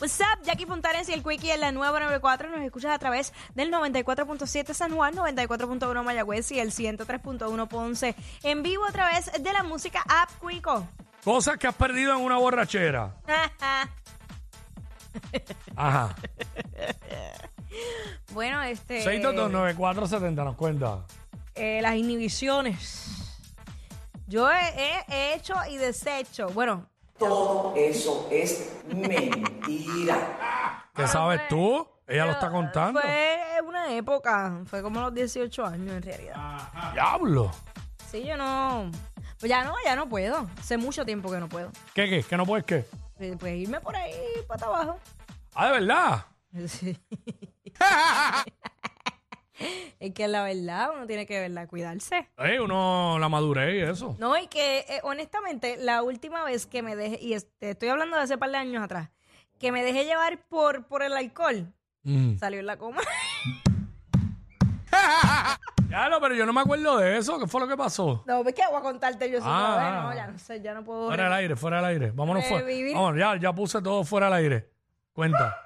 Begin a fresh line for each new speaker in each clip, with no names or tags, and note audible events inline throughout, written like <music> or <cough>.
What's up, Jackie Fontanes y el Quickie en la nueva 94. Nos escuchas a través del 94.7 San Juan, 94.1 Mayagüez y el 103.1 Ponce. En vivo a través de la música App Quico. <laughs>
Cosas que has perdido en una borrachera. Ajá.
bueno, este.
6229470 nos cuenta.
eh, las inhibiciones. Yo he, he hecho y deshecho. Bueno,
Todo eso es mentira.
Ah,
¿Qué sabes
pues,
tú? Ella lo está contando.
fue una época. Fue como los 18 años en realidad.
Diablo.
Sí, yo no. Pues ya no, ya no puedo. Hace mucho tiempo que no puedo.
¿Qué, qué? ¿Qué no puedes qué?
Eh, Pues irme por ahí, pata abajo.
Ah, de verdad.
Sí. es que la verdad, uno tiene que verla, cuidarse.
Eh, uno la madurez y eso.
No, y que eh, honestamente, la última vez que me dejé, y es- te estoy hablando de hace par de años atrás, que me dejé llevar por, por el alcohol,
Mm.
salió en la coma. <laughs>
Diablo, pero yo no me acuerdo de eso. ¿Qué fue lo que pasó?
no, pues que voy a contarte yo eso otra
Ah.
vez. No, ya no sé, ya no puedo.
Fuera del aire, fuera del aire. Vámonos fuera.
Revivir.
Vamos, ya, ya puse todo fuera del aire.
<laughs>
Cuenta.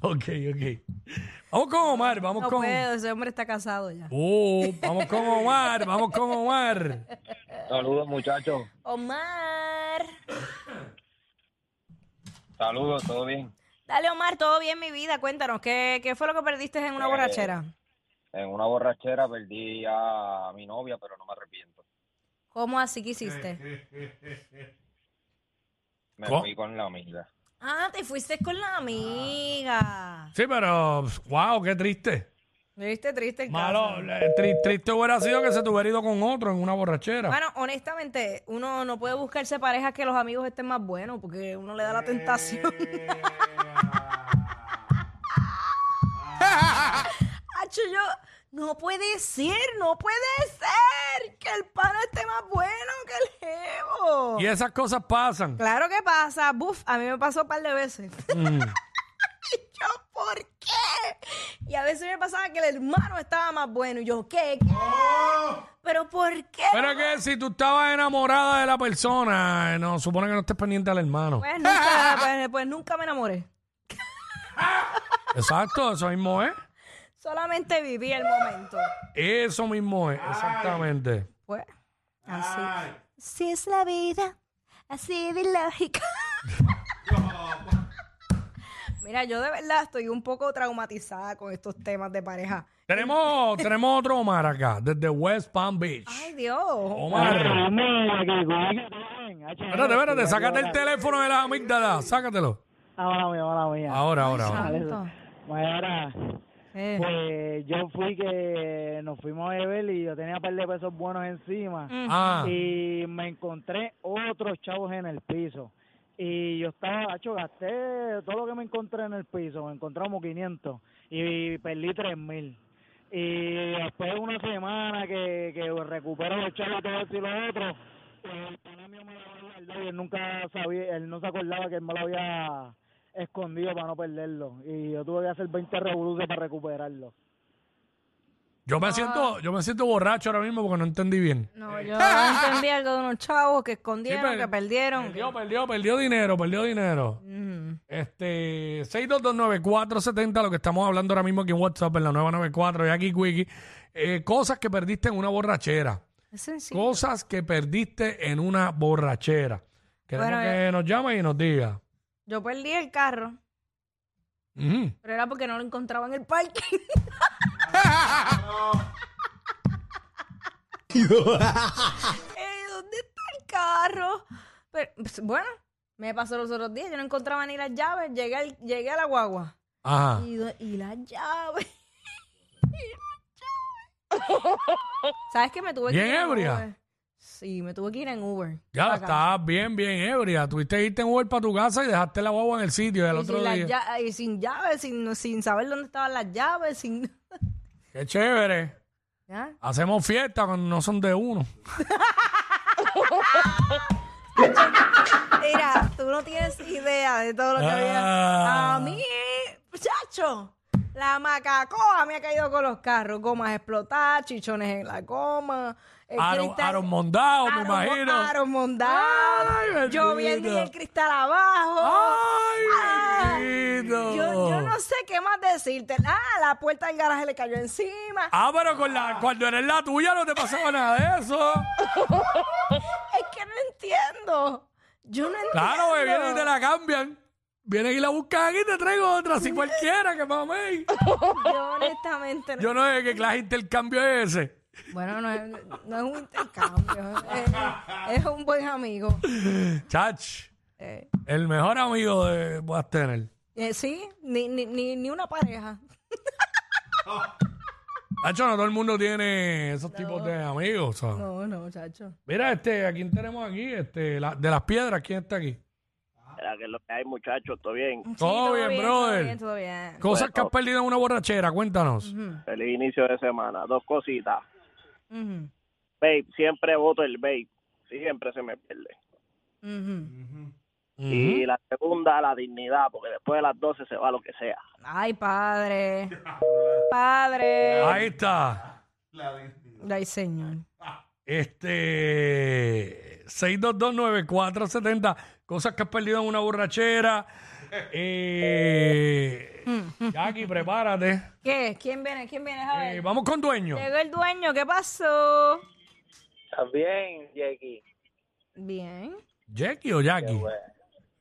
ok, ok. Vamos con Omar, vamos
no
con.
puedo, ese hombre está casado ya.
Oh, vamos con Omar, vamos con Omar.
Saludos, muchachos.
Omar.
Saludos, todo bien.
Dale, Omar, todo bien, mi vida. Cuéntanos, ¿qué, qué fue lo que perdiste en una borrachera?
En una borrachera perdí a mi novia, pero no me arrepiento.
¿Cómo así que hiciste?
Me
¿Cómo?
fui con la amiga.
Ah, te fuiste con la amiga.
Sí, pero, wow, qué triste.
Me viste triste el caso.
Malo, eh, tri- triste hubiera sido que se te hubiera ido con otro en una borrachera.
Bueno, honestamente, uno no puede buscarse parejas que los amigos estén más buenos porque uno le da la tentación. <laughs> Hacho, yo, no puede ser, no puede ser que el pano esté más bueno que el jevo.
Y esas cosas pasan.
Claro que pasa, buf, a mí me pasó un par de veces. <laughs>
Mm.
yo, ¿por qué? Y a veces me pasaba que el hermano estaba más bueno y yo, ¿qué? ¿Qué? ¿Pero por qué?
Pero es que si tú estabas enamorada de la persona, eh, no, supone que no estés pendiente al hermano.
Pues nunca, <laughs> pues- pues nunca me enamoré.
Exacto, eso mismo es.
Solamente viví el momento.
Eso mismo es, exactamente.
Pues, así. Así es la vida. Así de lógica. Mira, yo de verdad estoy un poco traumatizada con estos temas de pareja.
Tenemos, tenemos otro Omar acá, desde West Palm Beach.
Ay, Dios.
Oh, Omar. Espérate, espérate, sácate el teléfono de las amígdalas, sácatelo.
Ahora mía, ahora mía.
Ahora, ahora, ahora.
Santo.
Ahora,
Eh.
pues yo fui que nos fuimos a beber y yo tenía un par de pesos buenos encima
Ah,
y me encontré otros chavos en el piso. Y yo estaba, hecho, gasté todo lo que me encontré en el piso, me encontré como 500 y perdí 3000. Y después de una semana que, que recupero los chavos, todo eso y lo otro, el pana mío me lo había guardado y él nunca sabía, él no se acordaba que él me lo había escondido para no perderlo. Y yo tuve que hacer 20 revoluciones para recuperarlo.
yo me siento, yo me siento borracho ahora mismo porque no entendí bien.
Ah. No,
<laughs>
yo entendí algo de unos chavos que escondieron,
Eh. Sí, eh, per-
que perdieron.
Perdió, perdió, perdió dinero, perdió dinero. Este, 6229470, lo que estamos hablando ahora mismo aquí en WhatsApp, en la nueva 94, y aquí Quickie. Eh, cosas que perdiste en una borrachera.
Es sencillo.
Cosas que perdiste en una borrachera. Queremos
Bueno, eh.
que nos llame y nos diga.
Yo perdí el carro,
Ujú.
pero era porque no lo encontraba en el parking. <laughs> Eh, ¿Dónde está el carro? Pero, pues, bueno, me pasó los otros días, yo no encontraba ni las llaves, llegué, al- llegué a la guagua.
Ajá.
<laughs> Y, do- y las llaves. Y las llaves. ¿Sabes que me tuve que ir
¿Bien
en
ebria?
Uber? Sí, me tuve que ir en Uber.
Ya
Para
la
acá.
estabas bien, bien ebria. Tuviste que irte en Uber para tu casa y dejaste la guagua en el sitio y al
Y
otro
sin, las
día.
lla- y sin llaves, sin, sin saber dónde estaban las llaves, sin... <laughs>
Qué chévere.
¿Ya?
Hacemos fiesta cuando no son de uno.
Mira, tú no tienes idea de todo lo que había.
Ah.
A mí, muchacho, la macacoa me ha caído con los carros. Gomas explotadas, chichones en la goma. el
Aaron,
cristal-
Aaron Mondao, me
Aaron-
imagino.
Aaron Mondá.
Ay,
Yo vi
bendito.
el día el cristal abajo. Ah, Yo,
¡Ay, bendito!
yo no sé qué más decirte. Ah, la puerta del garaje le cayó encima.
Ah, pero con la, cuando eres la tuya no te pasaba nada de eso.
Es que no entiendo. Yo <laughs> no entiendo.
Claro, que vienen y te la cambian. Vienen y la buscan y te traigo otra, si cualquiera, que mames.
Yo honestamente no.
Yo no sé qué clase de intercambio es ese.
Bueno, no es, no es un intercambio. es, es un buen amigo.
Chach,
Eh,
el mejor amigo de puedas tener.
eh, sí, ni, ni, ni, ni una pareja.
Chacho, no todo el mundo tiene esos tipos de amigos. o sea.
No, no, chacho.
Mira, este, ¿a quién tenemos aquí? Este, la- de las piedras, ¿quién está aquí?
Era que lo que hay, muchachos, todo bien.
Sí,
Todo bien, brother.
Todo bien, todo bien.
Cosas que has perdido en una borrachera, cuéntanos.
Feliz inicio de semana. Dos cositas.
Ujú,
Babe, siempre voto el babe. Siempre se me pierde.
ujú.
Y la segunda, la dignidad, porque después de las 12 se va lo que sea.
Ay, padre. Padre.
Ahí está.
Ay, señor.
Este 6229470, cosas que has perdido en una borrachera. Eh, Jackie, prepárate.
¿Qué? ¿Quién viene? ¿Quién viene? A
Eh,
ver.
vamos con dueño.
Llegó el dueño, ¿qué pasó?
También, Jackie.
Bien.
¿Jackie o Jackie?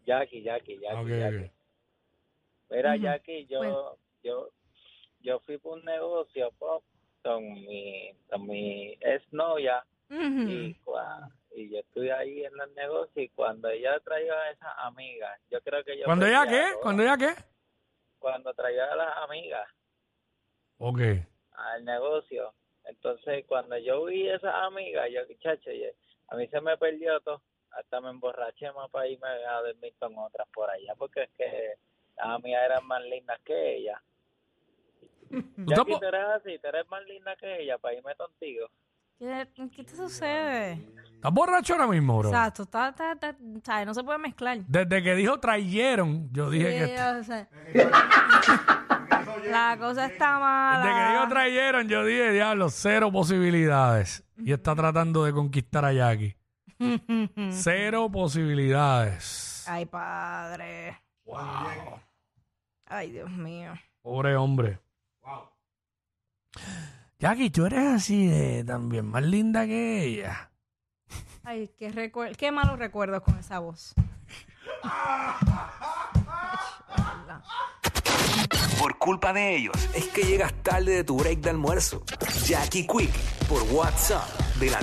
Jackie, Jackie, Jackie.
Ah, Mm. ok,
Jackie.
ok.
Mira, Jackie, yo,
Bueno.
yo, yo fui por un negocio pop con mi, con mi exnovia
Ujú.
y, cua- y yo estuve ahí en los negocios y cuando ella traía a esas amigas, yo creo que yo...
¿Cuándo
perdí
ya
a
qué?
todas.
¿Cuándo ya qué?
Cuando traía a las amigas
Ok.
al negocio. Entonces, cuando yo vi a esas amigas, yo, chacho, yo- a mí se me perdió todo. Hasta me emborraché más para irme a dormir con otras por allá, porque es que las amigas eran más lindas que ella.
¿Tú
Ya que
tampoco-
tú eres así, tú eres más linda que ella para irme contigo.
¿Qué, qué te sucede?
¿Estás borracho ahora mismo, bro?
Exacto, está, está, está, ¿sabes? no se puede mezclar.
Desde que dijo trayeron, yo dije que...
Sí, o <laughs> sea, la cosa está mala.
Desde que dijo trayeron, yo dije, diablo, cero posibilidades. Y está tratando de conquistar a Jackie. cero posibilidades.
Ay, padre. Ay, Dios mío.
Pobre hombre. Jackie, tú eres así de también más linda que ella.
Ay, qué, recuer- qué malos recuerdos con esa voz.
Por culpa de ellos, es que llegas tarde de tu break de almuerzo. Jackie Quick por WhatsApp